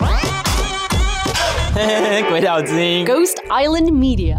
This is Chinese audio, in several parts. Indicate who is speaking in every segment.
Speaker 1: 鬼岛之 音。
Speaker 2: Ghost Island Media。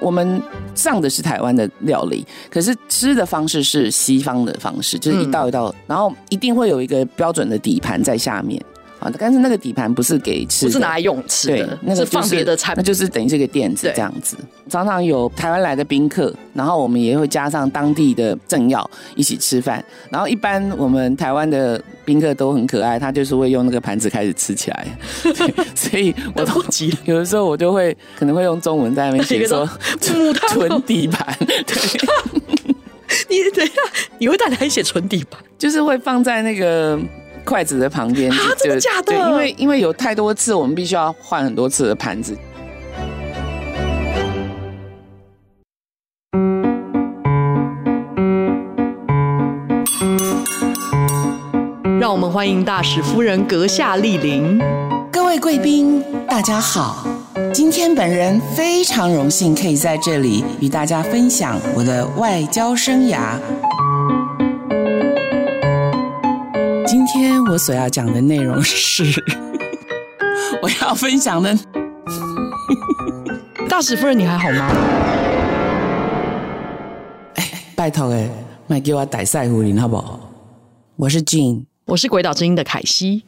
Speaker 3: 我们上的是台湾的料理，可是吃的方式是西方的方式，就是一道一道，然后一定会有一个标准的底盘在下面啊。但是那个底盘不是给吃
Speaker 2: 不
Speaker 3: 的，
Speaker 2: 是拿来用吃
Speaker 3: 对
Speaker 2: 的，，
Speaker 3: 那个、就是
Speaker 2: 放别的产
Speaker 3: 那
Speaker 2: 品。
Speaker 3: 就是等于是一个垫子
Speaker 2: 对
Speaker 3: 这样子。常常有台湾来的宾客，然后我们也会加上当地的政要一起吃饭。然后一般我们台湾的宾客都很可爱，他就是会用那个盘子开始吃起来， 对所以我都
Speaker 1: 急，
Speaker 3: 有的时候我就会可能会用中文在那边 写说
Speaker 2: 母汤哦
Speaker 3: 纯底盘，对，
Speaker 2: 你等一下，你会带来一些纯底吧？
Speaker 3: 就是会放在那个。筷子的旁边，
Speaker 2: 啊真的
Speaker 3: 就
Speaker 2: 假的
Speaker 3: 对，因为因为有太多次，我们必须要换很多次的盘子。
Speaker 2: 让我们欢迎大使夫人阁下莅临。
Speaker 3: 各位贵宾，大家好。今天本人非常荣幸可以在这里与大家分享我的外交生涯。今天我所要讲的内容 是，我要分享的
Speaker 2: 大使夫人，你还好吗？
Speaker 3: 拜托诶，卖给我逮赛胡林好不好？我是 Jean。
Speaker 2: 我是鬼岛之音的凯西。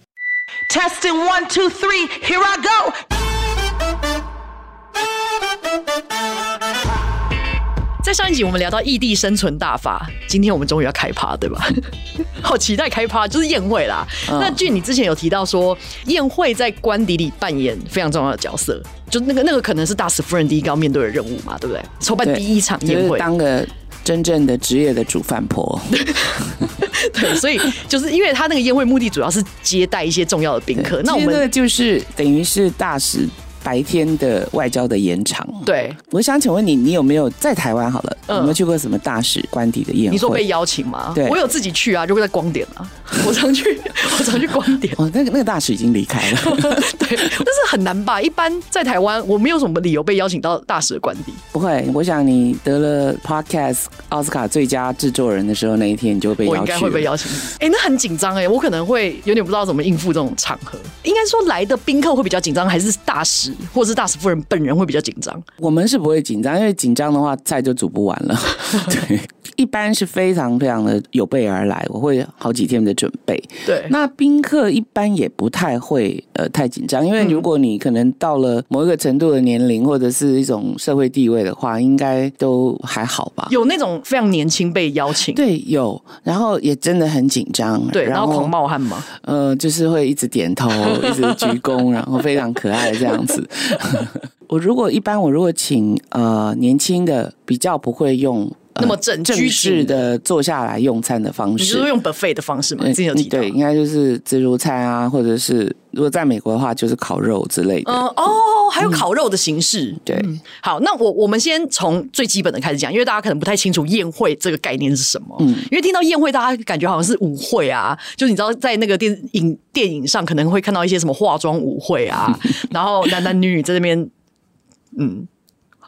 Speaker 4: Testing one, two, three. Here I go.
Speaker 2: 在上一集我们聊到异地生存大法，今天我们终于要开趴，对吧？ 好期待开趴，就是宴会啦。
Speaker 3: 嗯
Speaker 2: 那据你之前有提到说，宴会在官邸里扮演非常重要的角色，就那个那个可能是大使夫人第一个要面对的任务嘛，对不对？筹办啊第一场宴
Speaker 3: 就
Speaker 2: 会
Speaker 3: 是，当个真正的职业的煮饭婆。
Speaker 2: 对，所以就是因为他那个宴会目的主要是接待一些重要的宾客，那我
Speaker 3: 其实那
Speaker 2: 们
Speaker 3: 个就是等于是大使白天的外交的延长。
Speaker 2: 对
Speaker 3: 我想请问你，你有没有在台湾好了？
Speaker 2: 嗯
Speaker 3: 有没有去过什么大使官邸的宴会？
Speaker 2: 你说被邀请吗？
Speaker 3: 对
Speaker 2: 我有自己去啊，就会在光点啊，我常去， 我常去光点。
Speaker 3: 哦，那个那个大使已经离开了。
Speaker 2: 对，但是很难吧？一般在台湾，我没有什么理由被邀请到大使的官邸。
Speaker 3: 不会，我想你得了 Podcast 奥斯卡最佳制作人的时候，那一天你就被
Speaker 2: 我
Speaker 3: 邀
Speaker 2: 应
Speaker 3: 去
Speaker 2: 该
Speaker 3: 了。
Speaker 2: 会被邀请。哎、那很紧张哎，我可能会有点不知道怎么应付这种场合。应该说来的宾客会比较紧张，还是大使或是大使夫人本人会比较紧张？
Speaker 3: 我们是不会紧张，因为紧张的话菜就煮不完 了。对，一般是非常非常的有备而来，我会好几天的准备。
Speaker 2: 对
Speaker 3: 那宾客一般也不太会呃太紧张，因为如果你可能到了某一个程度的年龄或者是一种社会地位的话，应该都还好吧。
Speaker 2: 有那种非常年轻被邀请，
Speaker 3: 对，有，然后也真的很紧张，
Speaker 2: 对，然后狂冒汗吗？
Speaker 3: 呃，就是会一直点头，一直鞠躬，然后非常可爱这样子。 我如果一般，我如果请呃年轻的，比较不会用、呃
Speaker 2: 那么正
Speaker 3: 正
Speaker 2: 拘谨
Speaker 3: 式的坐下来用餐的方
Speaker 2: 你就是
Speaker 3: 式。
Speaker 2: 用 buffet 的方式嘛？
Speaker 3: 呃
Speaker 2: 你之前有提到。
Speaker 3: 对，应该就是自助餐啊，或者是如果在美国的话，就是烤肉之类的。
Speaker 2: 嗯哦，还有烤肉的形式。
Speaker 3: 对，
Speaker 2: 好，那我我们先从最基本的开始讲，因为大家可能不太清楚宴会这个概念是什么。嗯，因为听到宴会，大家感觉好像是舞会啊，就是你知道在那个电影电影上可能会看到一些什么化妆舞会啊，然后男男女女在那边，嗯。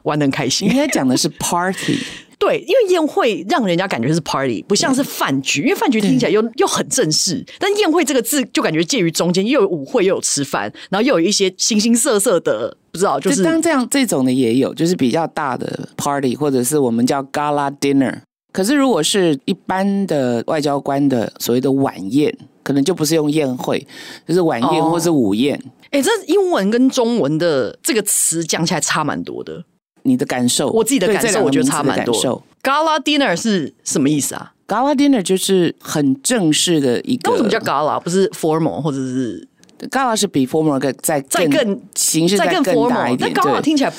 Speaker 2: 玩的很开
Speaker 3: 应
Speaker 2: 心，
Speaker 3: 该讲的是 party，
Speaker 2: 对，因为宴会让人家感觉是 party，不像是饭局，因为饭局听起来又又很正式，但宴会这个字就感觉介于中间，又有舞会，又有吃饭，然后又有一些形形色色的，不知道就
Speaker 3: 就是当这样这种的也有，就是比较大的 party，或者是我们叫 gala dinner。可是如果是一般的外交官的所谓的晚宴，可能就不是用宴会，就是晚宴
Speaker 2: 哦
Speaker 3: 或是午宴。
Speaker 2: 哎、这英文跟中文的这个词讲起来差蛮多的。
Speaker 3: 你的感受，
Speaker 2: 我自己的
Speaker 3: 对
Speaker 2: 感
Speaker 3: 这
Speaker 2: 受，
Speaker 3: 两个
Speaker 2: 我觉得
Speaker 3: 名词
Speaker 2: 差
Speaker 3: 的
Speaker 2: 蛮
Speaker 3: 感
Speaker 2: 多
Speaker 3: 受。。
Speaker 2: Gala dinner 是什么意思啊？
Speaker 3: gala dinner 就是很正式的一个，
Speaker 2: 那为什么叫 gala？不是 formal 或者是
Speaker 3: gala 是比 formal 更再
Speaker 2: 再更
Speaker 3: 形式
Speaker 2: 再更
Speaker 3: 更大
Speaker 2: formal？
Speaker 3: 一
Speaker 2: 那
Speaker 3: 点。
Speaker 2: gala
Speaker 3: 对
Speaker 2: 听起来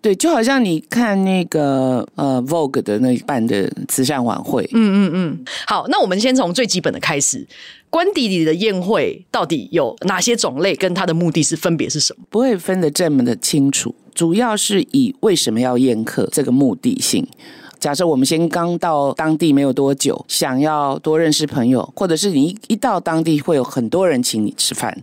Speaker 3: 对，就好像你看那个呃 Vogue 的那一半的慈善晚
Speaker 2: 嗯
Speaker 3: 会，
Speaker 2: 好。那我们先从最基本的开始。官邸里的宴会到底有哪些种类？跟它的目的是分别是什么？
Speaker 3: 不会分得这么的清楚，主要是以为什么要宴客这个目的性。假设我们先刚到当地没有多久，想要多认识朋友，或者是你一一到当地会有很多人请你吃饭，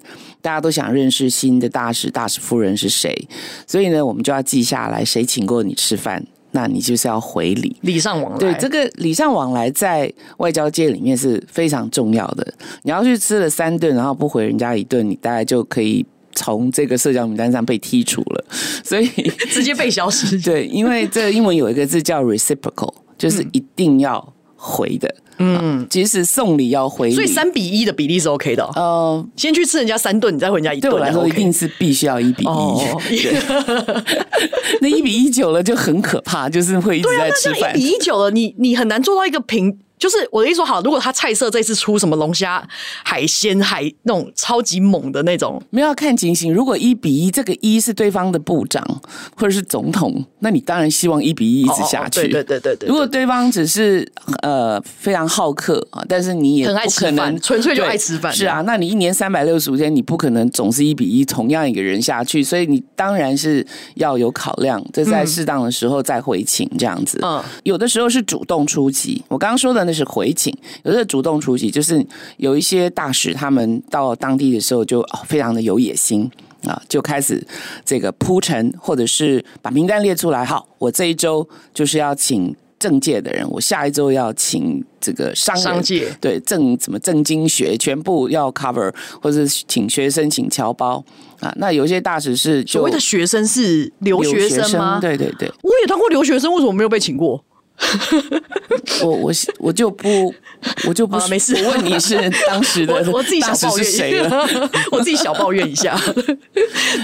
Speaker 3: 大家都想认识新的大使、大使夫人是谁，所以呢，我们就要记下来谁请过你吃饭，那你就是要回礼。
Speaker 2: 礼尚往来。
Speaker 3: 对，这个礼尚往来在外交界里面是非常重要的。你要去吃了三顿，然后不回人家一顿，你大概就可以从这个社交名单上被剔除了。所以，
Speaker 2: 直接被消失。
Speaker 3: 对，因为这英文有一个字叫 reciprocal，就是
Speaker 2: 嗯
Speaker 3: 一定要回的。嗯，即使送礼要回礼，
Speaker 2: 所以三比一的比例是 OK 的哦、
Speaker 3: 呃，
Speaker 2: 先去吃人家三顿，你再回人家一
Speaker 3: 对
Speaker 2: 顿，啊
Speaker 3: 我来说
Speaker 2: OK
Speaker 3: 一定是必须要一比一。
Speaker 2: 哦，
Speaker 3: 那一比一久了就很可怕，就是会一直
Speaker 2: 对啊，
Speaker 3: 在
Speaker 2: 那这
Speaker 3: 吃
Speaker 2: 样
Speaker 3: 饭
Speaker 2: 一。比一久了，你你很难做到一个平。就是我的意思说，好，如果他菜色这次出什么龙虾、海鲜、海那种超级猛的那种，
Speaker 3: 没有要看情形，如果一比一，这个一是对方的部长或者是总统，那你当然希望一比一一
Speaker 2: 一
Speaker 3: 直下去。
Speaker 2: 哦对对对对对。
Speaker 3: 如果对方只是呃非常好客啊，但是你也
Speaker 2: 很爱
Speaker 3: 不
Speaker 2: 吃
Speaker 3: 可能
Speaker 2: 饭纯粹就
Speaker 3: 对
Speaker 2: 爱吃饭
Speaker 3: 是啊，那你一年三百六十五天，你不可能总是一比一同样一个人下去，所以你当然是要有考量，这在适当的时候再回请这样子。
Speaker 2: 嗯
Speaker 3: 有的时候是主动出击，我刚刚说的那是回请，有的主动出击就是有一些大使他们到当地的时候就、哦非常的有野心。啊，就开始这个铺陈，或者是把名单列出来。好，我这一周就是要请政界的人，我下一周要请这个商人
Speaker 2: 商界
Speaker 3: 对政什么政经学全部要 cover，或者是请学生请侨胞啊。那有些大使是就
Speaker 2: 所谓的学生是留学生吗？
Speaker 3: 对对对，
Speaker 2: 我也当过留学生，为什么没有被请过？
Speaker 3: 我我我就不我就不
Speaker 2: 好了啊没事
Speaker 3: 我问你 是当时的
Speaker 2: 我我自己
Speaker 3: 大使
Speaker 2: 小抱
Speaker 3: 是
Speaker 2: 怨
Speaker 3: 谁 了？
Speaker 2: 我自己小抱怨 一下。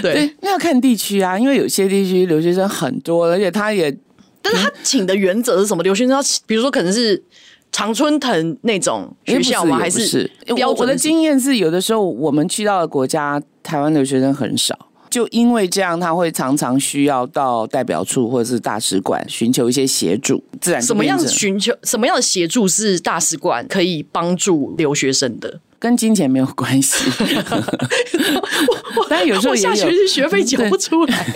Speaker 2: 对，
Speaker 3: 对，那要看地区啊，因为有些地区留学生很多，而且他也
Speaker 2: 但是他请的原则是什么？留学生要请，比如说可能是常春藤那种学校吗？
Speaker 3: 也
Speaker 2: 还
Speaker 3: 不是也不是
Speaker 2: 标
Speaker 3: 我我
Speaker 2: 准
Speaker 3: 的
Speaker 2: 是什么？
Speaker 3: 经验是，有的时候我们去到的国家，台湾留学生很少。就因为这样，他会常常需要到代表处或者是大使馆寻求一些协助，自然就
Speaker 2: 什么样
Speaker 3: 变成
Speaker 2: 寻求什么样的协助是大使馆可以帮助留学生 的？
Speaker 3: 跟金钱没有关 系。但有时候
Speaker 2: 我
Speaker 3: 也
Speaker 2: 下学
Speaker 3: 有，
Speaker 2: 期学费缴不出来，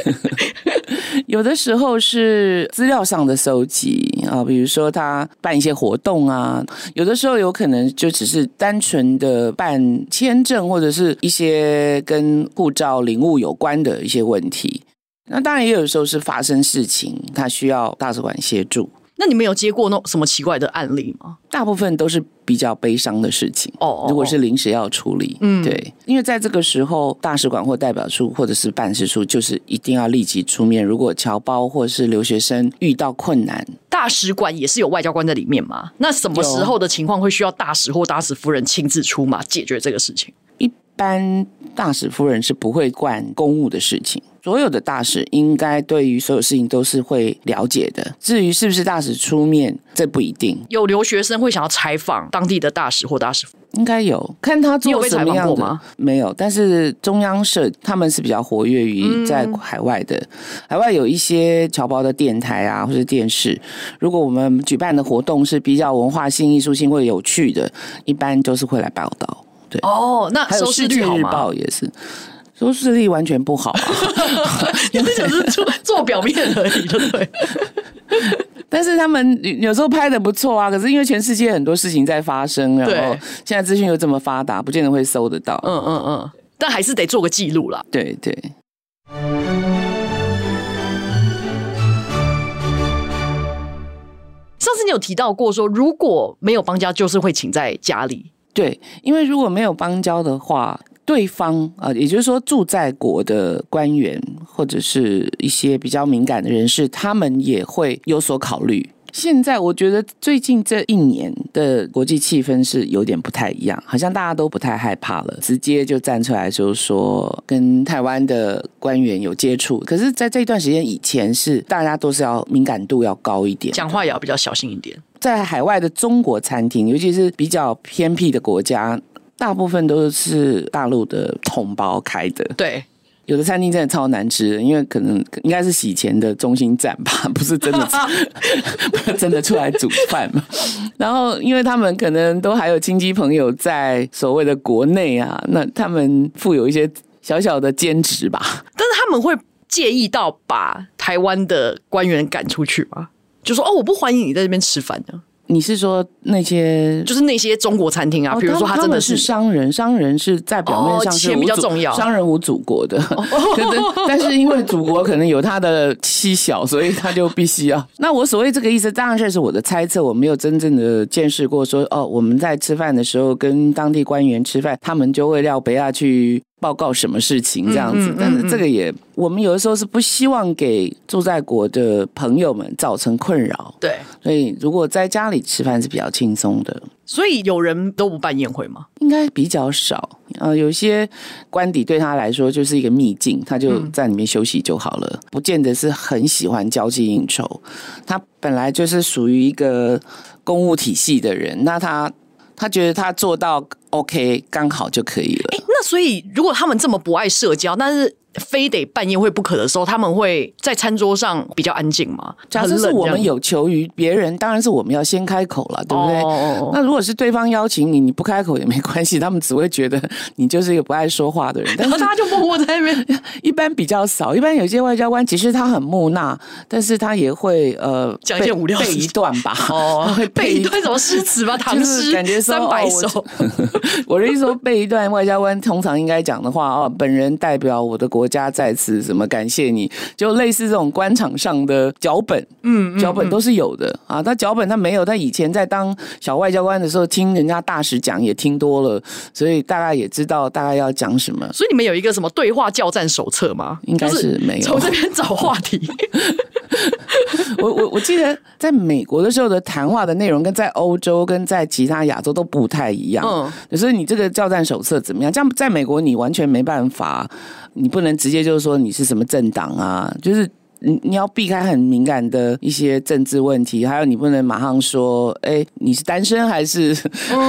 Speaker 3: 有的时候是资料上的收集啊，比如说他办一些活动啊，有的时候有可能就只是单纯的办签证或者是一些跟护照领物有关的一些问题。那当然也有时候是发生事情，他需要大使馆协助，
Speaker 2: 那你们有接过那种什么奇怪的案例吗？
Speaker 3: 大部分都是比较悲伤的事情。
Speaker 2: 哦哦哦
Speaker 3: 如果是临时要处理，嗯，对，因为在这个时候，大使馆或代表处或者是办事处，就是一定要立即出面。如果侨胞或是留学生遇到困难，
Speaker 2: 大使馆也是有外交官在里面吗？那什么时候的情况会需要大使或大使夫人亲自出马解决这个事情？
Speaker 3: 一般大使夫人是不会管公务的事情，所有的大使应该对于所有事情都是会了解的。至于是不是大使出面，这不一定，
Speaker 2: 有留学生会想要采访当地的大使或大使夫人，
Speaker 3: 应该有看他
Speaker 2: 你有
Speaker 3: 做
Speaker 2: 被
Speaker 3: 什么
Speaker 2: 采访
Speaker 3: 样
Speaker 2: 过
Speaker 3: 的
Speaker 2: 吗。
Speaker 3: 没有，但是中央社他们是比较活跃于
Speaker 2: 嗯
Speaker 3: 在海外的，海外有一些侨胞的电台啊，或是电视。如果我们举办的活动是比较文化性、艺术性或者有趣的，一般都是会来报道。对，
Speaker 2: 哦，那
Speaker 3: 还有
Speaker 2: 收
Speaker 3: 《
Speaker 2: 视
Speaker 3: 世
Speaker 2: 率
Speaker 3: 界
Speaker 2: 好
Speaker 3: 日
Speaker 2: 吗？
Speaker 3: 报》也是，收视率完全不好、啊。
Speaker 2: 你这只是做做表面而已，对不对？
Speaker 3: 但是他们有时候拍的不错啊，可是因为全世界很多事情在发生，然后
Speaker 2: 对
Speaker 3: 现在资讯又这么发达，不见得会搜得到。
Speaker 2: 嗯嗯嗯，但还是得做个记录啦。
Speaker 3: 对对。
Speaker 2: 上次你有提到过说，如果没有帮家，就是会请在家里。
Speaker 3: 对，因为如果没有邦交的话，对方啊、呃也就是说住在国的官员或者是一些比较敏感的人士，他们也会有所考虑。现在我觉得最近这一年的国际气氛是有点不太一样，好像大家都不太害怕了，直接就站出来就说跟台湾的官员有接触。可是，在这段时间以前是大家都是要敏感度要高一点，
Speaker 2: 讲话也要比较小心一点。
Speaker 3: 在海外的中国餐厅，尤其是比较偏僻的国家，大部分都是大陆的同胞开的。
Speaker 2: 对，
Speaker 3: 有的餐厅真的超难吃的，因为可能应该是洗钱的中心站吧， 不是真的不是真的出来煮饭嘛。然后，因为他们可能都还有亲戚朋友在所谓的国内啊，那他们负有一些小小的兼职吧。
Speaker 2: 但是他们会介意到把台湾的官员赶出去吗？就说哦，我不欢迎你在这边吃饭的。
Speaker 3: 你是说那些
Speaker 2: 就是那些中国餐厅啊，
Speaker 3: 哦
Speaker 2: 比如说
Speaker 3: 他
Speaker 2: 真
Speaker 3: 们
Speaker 2: 的
Speaker 3: 是商人，商人是在表面上
Speaker 2: 哦
Speaker 3: 是
Speaker 2: 钱
Speaker 3: 无
Speaker 2: 比较
Speaker 3: 祖
Speaker 2: 重要
Speaker 3: 商人无祖国的， 但是但是因为祖国可能有他的妻小，所以他就必须要。 那我所谓这个意思，当然这是我的猜测，我没有真正的见识过说哦，我们在吃饭的时候跟当地官员吃饭，他们就会让北亚去。报告什么事情这样子，但是这个也，我们有的时候是不希望给住在国的朋友们造成困扰，
Speaker 2: 对，
Speaker 3: 所以如果在家里吃饭是比较轻松的。
Speaker 2: 所以有人都不办宴会吗？
Speaker 3: 应该比较少。呃，有些官邸对他来说就是一个秘境，他就在里面休息就好了，不见得是很喜欢交际应酬。他本来就是属于一个公务体系的人，那他他觉得他做到 OK 刚好就可以了。
Speaker 2: 那所以如果他们这么不爱社交，但是非得办宴会不可的时候，他们会在餐桌上比较安静吗？
Speaker 3: 假设
Speaker 2: 很冷
Speaker 3: 是我
Speaker 2: 这样
Speaker 3: 们有求于别人，当然是我们要先开口了，对不对？
Speaker 2: 哦哦哦
Speaker 3: 那如果是对方邀请你，你不开口也没关系，他们只会觉得你就是一个不爱说话的人。但
Speaker 2: 然后
Speaker 3: 是
Speaker 2: 大家就默默在那边，
Speaker 3: 一般比较少，一般有些外交官其实他很木讷，但是他也会呃
Speaker 2: 讲一些
Speaker 3: 背
Speaker 2: 无聊
Speaker 3: 背
Speaker 2: 事
Speaker 3: 一
Speaker 2: 情
Speaker 3: 段吧， 他会
Speaker 2: 背一
Speaker 3: 哦段
Speaker 2: 段什么诗 词吧，唐
Speaker 3: 就是
Speaker 2: 诗
Speaker 3: 感觉说
Speaker 2: 三百首，
Speaker 3: 哦 我我的意思说，背一段外交官通常应该讲的话哦，本人代表我的国家在此什么感谢你，就类似这种官场上的脚本，嗯，脚本都是有的啊。他脚本他没有，他以前在当小外交官的时候，听人家大使讲也听多了，所以大概也知道大概要讲什么。
Speaker 2: 所以你们有一个什么对话教战手册吗？
Speaker 3: 应该
Speaker 2: 就是
Speaker 3: 没有
Speaker 2: 从这边找话 题。
Speaker 3: 我我我记得在美国的时候的谈话的内容跟在欧洲跟在其他亚洲都不太一样，嗯，所以你这个教战手册怎么样？这样在美国你完全没办法，你不能直接就是说你是什么政党啊，就是。你你要避开很敏感的一些政治问题，还有你不能马上说，哎、你是单身还是
Speaker 2: 嗯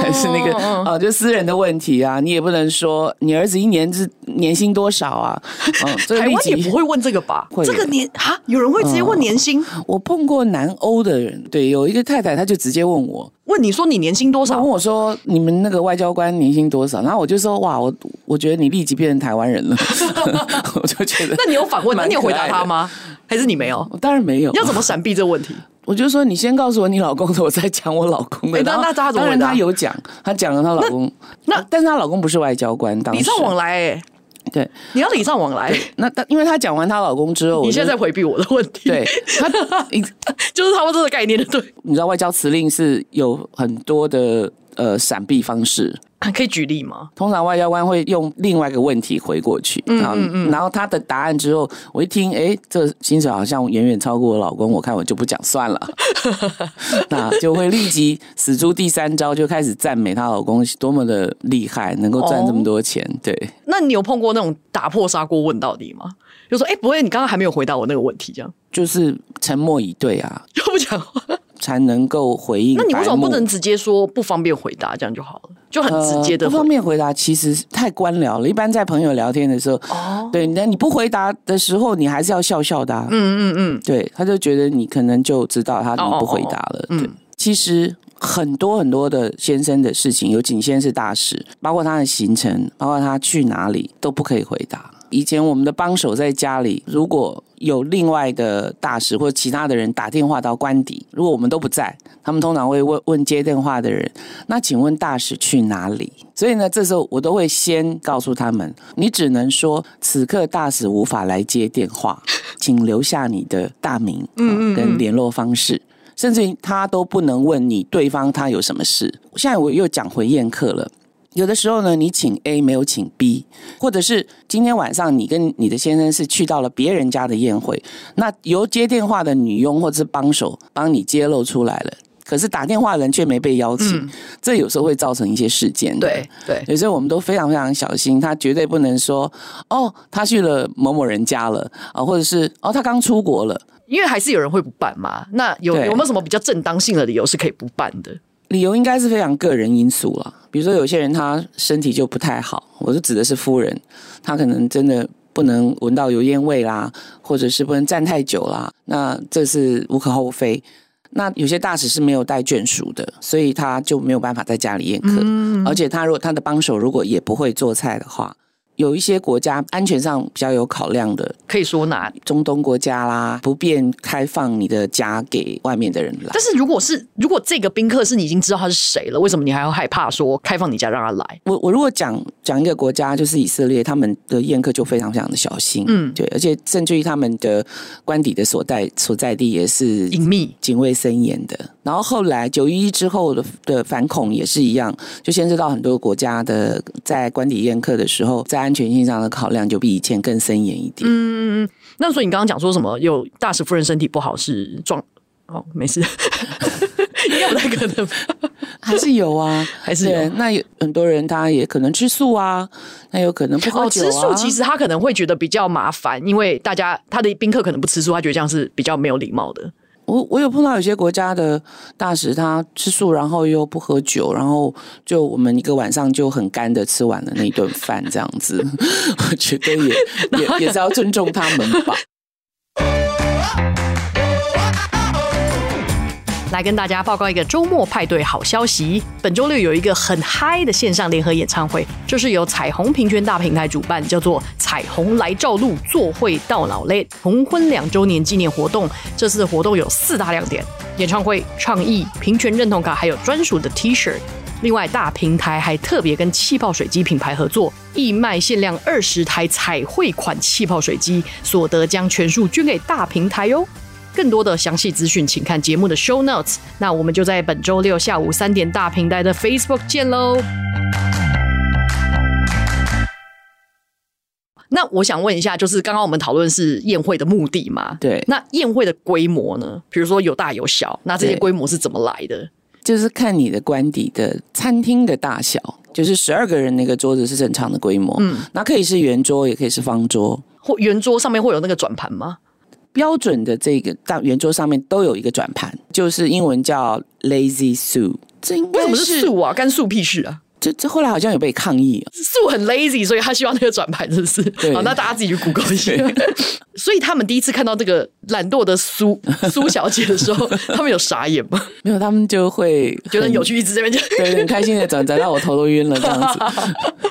Speaker 3: 还是那个啊、就私人的问题啊，你也不能说你儿子一年是年薪多少啊，嗯，所以
Speaker 2: 台
Speaker 3: 立
Speaker 2: 湾
Speaker 3: 即
Speaker 2: 也不会问这个吧？
Speaker 3: 会嗯
Speaker 2: 这个年啊，有人会直接问年薪，
Speaker 3: 我碰过南欧的人，对，有一个太太，她就直接问我，
Speaker 2: 问你说你年薪多
Speaker 3: 她
Speaker 2: 少
Speaker 3: 问？我说：“你们那个外交官年薪多少？”然后我就说：“哇，我我觉得你立即变成台湾人了。” 我就觉得，
Speaker 2: 那你有反问 他？
Speaker 3: 蛮
Speaker 2: 你有回答
Speaker 3: 可爱的哦
Speaker 2: 他？吗？还是你没有？
Speaker 3: 我当然没有。
Speaker 2: 要怎么？闪避这个问题？
Speaker 3: 我就说你先告诉我你老公的，我再讲我老公的。
Speaker 2: 哎那
Speaker 3: 然后
Speaker 2: 那她怎么
Speaker 3: 当
Speaker 2: 回答
Speaker 3: 然她有讲，她讲了她老公。
Speaker 2: 那
Speaker 3: 但是她老公不是外交官， 当时
Speaker 2: 礼尚往来、欸，
Speaker 3: 对。
Speaker 2: 你要礼尚往来。
Speaker 3: 那但因为她讲完她老公之后，我
Speaker 2: 你
Speaker 3: 就
Speaker 2: 现在在回避我的问题，
Speaker 3: 对，她你
Speaker 2: 就是差不多这个概念的，对，
Speaker 3: 你知道外交辞令是有很多的呃闪避方式。
Speaker 2: 可以举例吗？
Speaker 3: 通常外交官会用另外一个问题回过去，嗯嗯然后他的答案之后，我一听，哎，这薪水好像远远超过我老公，我看我就不讲算 了，那就会立即使出第三招，就开始赞美她老公多么的厉害，能够赚这么多钱，对。
Speaker 2: 那你有碰过那种打破砂锅问到底吗？就说，哎、不会，你刚刚还没有回答我那个问题，这样
Speaker 3: 就是沉默以对啊，
Speaker 2: 就不讲话。
Speaker 3: 才能够回应白
Speaker 2: 那
Speaker 3: 目。
Speaker 2: 你为什么不能直接说不方便回答，这样就好了，就很直接的
Speaker 3: 呃、不
Speaker 2: 回
Speaker 3: 方便回答，其实太官僚了。一般在朋友聊天的时候，哦，对，那你不回答的时候，你还是要笑笑的、嗯嗯嗯，对，他就觉得你可能就知道他
Speaker 2: 哦哦
Speaker 3: 你不回答了。对，其实。很多很多的先生的事情，有仅限是大事，包括他的行程，包括他去哪里都不可以回答。以前我们的帮手在家里，如果有另外的大使或其他的人打电话到官邸，如果我们都不在，他们通常会问问接电话的人，那请问大使去哪里？所以呢，这时候我都会先告诉他们，你只能说此刻大使无法来接电话，请留下你的大名、嗯跟联络方式。甚至于他都不能问你对方他有什么事。现在我又讲回宴客了。有的时候呢，你请 A 没有请 B，或者是今天晚上你跟你的先生是去到了别人家的宴会，那由接电话的女佣或者是帮手帮你揭露出来了，可是打电话的人却没被邀请，这有时候会造成一些事件的。
Speaker 2: 对对，
Speaker 3: 有时候我们都非常非常小心，他绝对不能说哦，他去了某某人家了啊，或者是哦，他刚出国了。
Speaker 2: 因为还是有人会不办嘛。那有
Speaker 3: 对
Speaker 2: 有没有什么比较正当性的理由是可以不办的？
Speaker 3: 理由应该是非常个人因素了。比如说，有些人他身体就不太好，我就指的是夫人，她可能真的不能闻到油烟味啦，或者是不能站太久啦，那这是无可厚非。那有些大使是没有带眷属的，所以他就没有办法在家里宴客，而且他如果他的帮手如果也不会做菜的话，有一些国家安全上比较有考量的
Speaker 2: 可以说哪里？
Speaker 3: 中东国家啦，不便开放你的家给外面的人来。
Speaker 2: 但是如果是如果这个宾客是你已经知道他是谁了，为什么你还要害怕说开放你家让他来？
Speaker 3: 我我如果讲讲一个国家，就是以色列，他们的宴客就非常非常的小心，
Speaker 2: 嗯
Speaker 3: 对，而且甚至于他们的官邸的所在所在地也是
Speaker 2: 隐秘
Speaker 3: 警卫森严的。然后后来九一一之后的的反恐也是一样，就牵涉到很多国家的在官邸宴客的时候，在安全性上的考量就比以前更森严一点。
Speaker 2: 嗯那所以你刚刚讲说什么？有大使夫人身体不好是撞哦，没事， 应该不太可能吧。
Speaker 3: 还是有啊，
Speaker 2: 还是有
Speaker 3: 对那有很多人他也可能吃素啊，那有可能不喝
Speaker 2: 哦，
Speaker 3: 酒啊。
Speaker 2: 吃素其实他可能会觉得比较麻烦，因为大家他的宾客可能不吃素，他觉得这样是比较没有礼貌的。
Speaker 3: 我我有碰到有些国家的大使，他吃素，然后又不喝酒，然后就我们一个晚上就很干的吃完了那一顿饭，这样子， 我觉得 也也也是要尊重他们吧。
Speaker 2: 来跟大家报告一个周末派对好消息。本周六有一个很嗨的线上联合演唱会，就是由彩虹平权大平台主办，叫做“彩虹来照路，做会到老嘞”同婚两周年纪念活动。这次活动有四大亮点：演唱会、倡议、平权认同卡，还有专属的 T 恤。另外，大平台还特别跟气泡水机品牌合作，义卖限量二十台彩绘款气泡水机，所得将全数捐给大平台哦哟、更多的详细资讯，请看节目的 show notes。那我们就在本周六下午三点大平台的 Facebook 见喽。那我想问一下，就是刚刚我们讨论是宴会的目的嘛？
Speaker 3: 对
Speaker 2: 那宴会的规模呢？比如说有大有小，那这些
Speaker 3: 对
Speaker 2: 规模是怎么来的？
Speaker 3: 就是看你的官邸的餐厅的大小，就是十二个人那个桌子是正常的规模，嗯，那可以是圆桌，也可以是方桌。
Speaker 2: 或圆桌上面会有那个转盘吗？
Speaker 3: 标准的这个大圆桌上面都有一个转盘，就是英文叫 lazy Sue。这应
Speaker 2: 为
Speaker 3: 该
Speaker 2: 什么是素啊？干素屁事啊！
Speaker 3: 这这后来好像有被抗议哦
Speaker 2: 素很 lazy，所以他希望那个转盘，是不是？
Speaker 3: 对
Speaker 2: 好，那大家自己去 Google 一下。 所以他们第一次看到这个懒惰 的苏苏小姐的时候，他们有傻眼吗？
Speaker 3: 没有，他们就会
Speaker 2: 觉得很有
Speaker 3: 很
Speaker 2: 趣，一直这边讲。
Speaker 3: 对，很开心的转转到我头都晕了这样 子。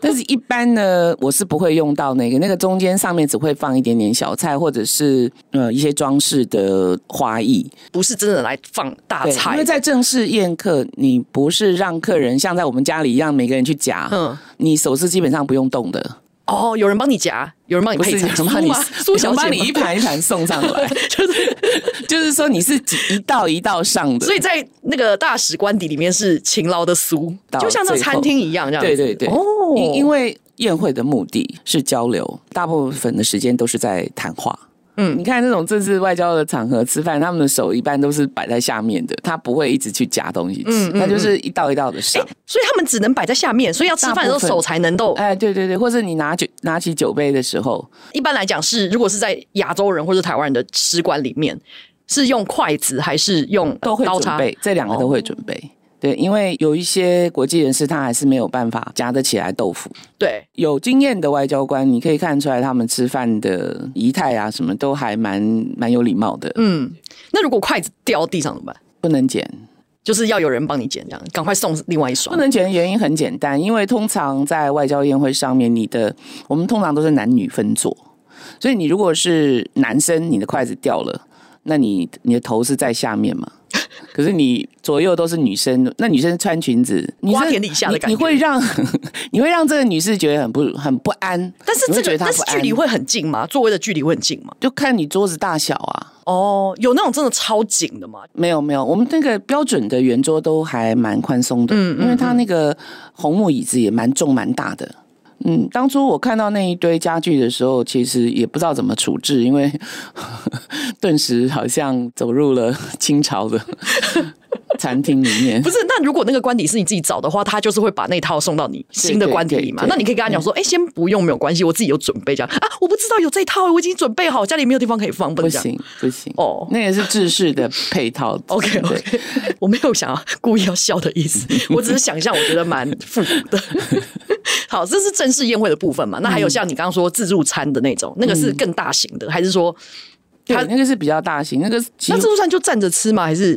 Speaker 3: 但是，一般呢，我是不会用到那个，那个中间上面只会放一点点小菜，或者是呃一些装饰的花艺。
Speaker 2: 不是真的来放大
Speaker 3: 对，
Speaker 2: 菜，
Speaker 3: 因为在正式宴客，你不是让客人像在我们家里一样每个人去夹，
Speaker 2: 嗯
Speaker 3: 嗯，你手是基本上不用动的，
Speaker 2: 哦，有人帮你夹，有人帮你
Speaker 3: 不
Speaker 2: 哎配
Speaker 3: 是
Speaker 2: 菜，
Speaker 3: 想帮你
Speaker 2: 苏吗苏小
Speaker 3: 想
Speaker 2: 姐
Speaker 3: 帮你
Speaker 2: 吗
Speaker 3: 一盘一盘送上来，
Speaker 2: 就是，
Speaker 3: 就是说你是几一道一道上的，
Speaker 2: 所以在那个大使官邸里面是勤劳的苏，
Speaker 3: 到
Speaker 2: 就像在
Speaker 3: 最后
Speaker 2: 餐厅一样这样子。
Speaker 3: 对对对，
Speaker 2: 哦，
Speaker 3: 因因为宴会的目的是交流，大部分的时间都是在谈话。嗯，你看那种正式外交的场合吃饭，他们的手一般都是摆在下面的，他不会一直去夹东西吃，他就是一道一道的上。
Speaker 2: 所以他们只能摆在下面，所以要吃饭的时候
Speaker 3: 大部分
Speaker 2: 手才能动。
Speaker 3: 哎，对对对，或者你拿酒拿起酒杯的时候，
Speaker 2: 一般来讲是，如果是在亚洲人或者台湾人的吃馆里面，是用筷子还是用
Speaker 3: 都会
Speaker 2: 刀
Speaker 3: 准
Speaker 2: 叉？
Speaker 3: 备，这两个都会准备。对，因为有一些国际人士他还是没有办法夹得起来豆腐，
Speaker 2: 对，
Speaker 3: 有经验的外交官，你可以看出来他们吃饭的仪态啊，什么都还蛮蛮有礼貌的。嗯，
Speaker 2: 那如果筷子掉地上怎么办？
Speaker 3: 不能捡，
Speaker 2: 就是要有人帮你捡，这样赶快送另外一
Speaker 3: 不
Speaker 2: 双。
Speaker 3: 能捡的原因很简单，因为通常在外交宴会上面，你的我们通常都是男女分坐，所以你如果是男生，你的筷子掉了，那你你的头是在下面嘛？可是你左右都是女生，那女生穿裙子，女生
Speaker 2: 瓜田李下的感觉
Speaker 3: 你，你会让你会让这个女士觉得很不很不安，
Speaker 2: 但是
Speaker 3: 你
Speaker 2: 这
Speaker 3: 会觉得
Speaker 2: 个，
Speaker 3: 她
Speaker 2: 但是
Speaker 3: 不安
Speaker 2: 距离会很近吗？座位的距离会很近吗？
Speaker 3: 就看你桌子大小啊。
Speaker 2: 哦，有那种真的超紧的吗？
Speaker 3: 没有没有，我们那个标准的圆桌都还蛮宽松的，因为它那个红木椅子也蛮重蛮大的。嗯，当初我看到那一堆家具的时候，其实也不知道怎么处置，因为 顿时好像走入了清朝的 餐厅里面
Speaker 2: 不。是，那如果那个官邸是你自己找的话，他就是会把那套送到你新的
Speaker 3: 对
Speaker 2: 官邸里嘛。
Speaker 3: 对对
Speaker 2: 那你可以跟他讲说，哎、先不用，没有关系，我自己有准备这样啊。我不知道有这一套，我已经准备好，家里没有地方可以放，不
Speaker 3: 不
Speaker 2: 能这样。
Speaker 3: 行不行，
Speaker 2: 哦
Speaker 3: 哦，那也是制式的配套。对
Speaker 2: OK OK，我没有想要故意要笑的 意思，我只是想象，我觉得蛮复古的。 好，这是正式宴会的部分嘛？那还有像你刚刚说自助餐的那种，那个是更大型
Speaker 3: 嗯
Speaker 2: 的，还是说
Speaker 3: 对
Speaker 2: 它，
Speaker 3: 那个是比较大型，那个
Speaker 2: 那
Speaker 3: 几
Speaker 2: 自助餐就站着吃吗？还是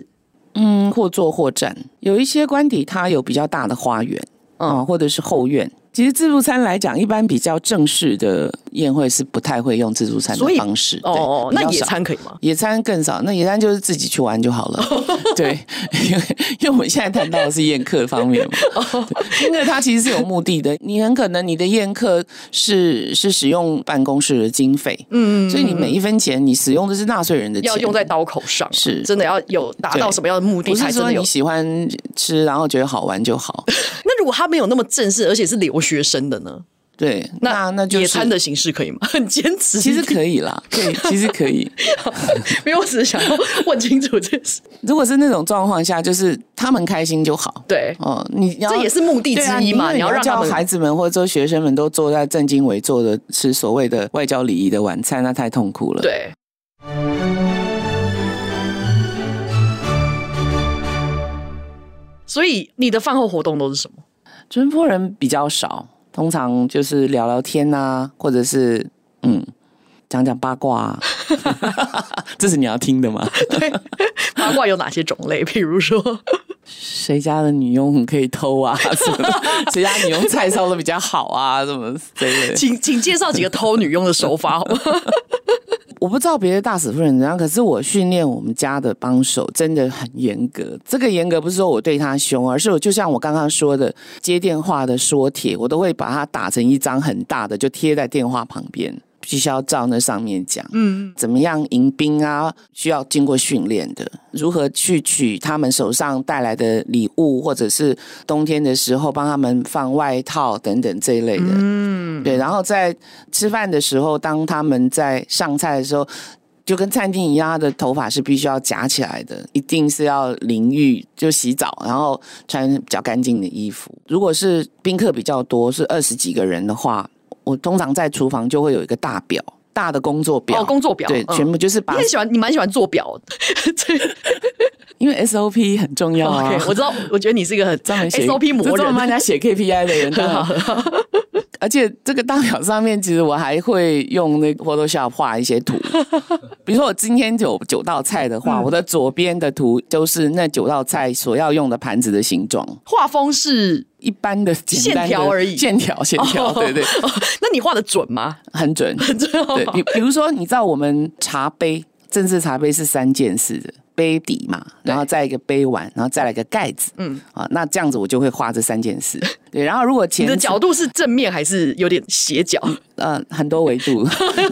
Speaker 2: 嗯
Speaker 3: 嗯，或坐或站。有一些官邸它有比较大的花园啊、或者是后院，其实自助餐来讲，一般比较正式的宴会是不太会用自助餐的
Speaker 2: 所以
Speaker 3: 方式。对
Speaker 2: 哦，
Speaker 3: 比较
Speaker 2: 那野
Speaker 3: 少
Speaker 2: 餐可以吗？
Speaker 3: 野餐更少，那野餐就是自己去玩就好 了。对，因为因为我们现在谈到的是宴客方面嘛，
Speaker 2: 哦
Speaker 3: 对宴客它其实是有目的的。你很可能你的宴客是是使用办公室的经费，嗯，所以你每一分钱你使用的是纳税人的钱，
Speaker 2: 要用在刀口上，啊
Speaker 3: 是
Speaker 2: 真的要有达到
Speaker 3: 对
Speaker 2: 什么样的目的
Speaker 3: 不
Speaker 2: 才
Speaker 3: 是
Speaker 2: 真
Speaker 3: 说
Speaker 2: 的有
Speaker 3: 你喜欢吃然后觉得好玩就 好。
Speaker 2: 那如果他没有那么正式，而且是留学生的呢？
Speaker 3: 对，那那就是
Speaker 2: 野餐的形式可以吗？ 很坚持，
Speaker 3: 其实可以啦，可以，其实可以。
Speaker 2: 没有，我只是想要问清楚这事。
Speaker 3: 如果是那种状况下，就是他们开心就好。
Speaker 2: 对，
Speaker 3: 哦，你要
Speaker 2: 这也是目的之
Speaker 3: 对啊
Speaker 2: 一嘛
Speaker 3: 因为
Speaker 2: 你
Speaker 3: 你
Speaker 2: 要让他
Speaker 3: 教
Speaker 2: 们
Speaker 3: 孩子们或者说学生们都坐在正襟危坐的吃所谓的外交礼仪的晚餐，那太痛苦了。，
Speaker 2: 对。所以你的饭后活动都是什 么？
Speaker 3: 春坡人比较少，通常就是聊聊天啊，或者是嗯。讲讲八卦、 啊， 这是你要听的吗？
Speaker 2: 八卦有哪些种类？比如说，
Speaker 3: 谁家的女佣可以偷啊？什么谁家女佣菜烧的比较好啊？什么之类的？
Speaker 2: 请请介绍几个偷女佣的手 法好吗？
Speaker 3: 我不知道别的大使夫人怎样，可是我训练我们家的帮手真的很严格。这个严格不是说我对他凶，而是我就像我刚刚说的，接电话的说帖，我都会把它打成一张很大的，就贴在电话旁边，必须要照那上面讲。嗯，怎么样迎宾啊，需要经过训练的，如何去取他们手上带来的礼物，或者是冬天的时候帮他们放外套等等这一类的。
Speaker 2: 嗯
Speaker 3: 对，然后在吃饭的时候，当他们在上菜的时候，就跟餐厅一样，他的头发是必须要夹起来的，一定是要淋浴就洗澡，然后穿比较干净的衣服。如果是宾客比较多，是二十几个人的话，我通常在厨房就会有一个大表，大的工作表，
Speaker 2: 哦，工作表，
Speaker 3: 对，
Speaker 2: 嗯
Speaker 3: 全部就是 把
Speaker 2: 你，很喜欢，你蛮喜欢做表的。这
Speaker 3: 因为 SOP 很重要 啊。
Speaker 2: OK，我知道，我觉得你是一个很
Speaker 3: 专门写
Speaker 2: SOP 魔
Speaker 3: 这专门帮人家
Speaker 2: 人。
Speaker 3: 写 KPI 的 人，当然而且这个大表上面，其实我还会用那个 Photoshop 画一些 图，比如说我今天有九道菜的
Speaker 2: 嗯
Speaker 3: 话，我的左边的图就是那九道菜所要用的盘子的形状，
Speaker 2: 画风是，
Speaker 3: 一般的简单的
Speaker 2: 线条而已
Speaker 3: 线条线条， 对对，
Speaker 2: 哦 那你画的准吗？
Speaker 3: 很准，
Speaker 2: 哦
Speaker 3: 对，比比如说，你知道我们茶杯，正式茶杯是三件事的。杯底嘛，然后再一个杯碗，然后再来一个盖子，嗯，啊，那这样子我就会画这三件事。对，然后如果前
Speaker 2: 你的
Speaker 3: 置
Speaker 2: 角度是正面还是有点 斜角？
Speaker 3: 呃很多维度，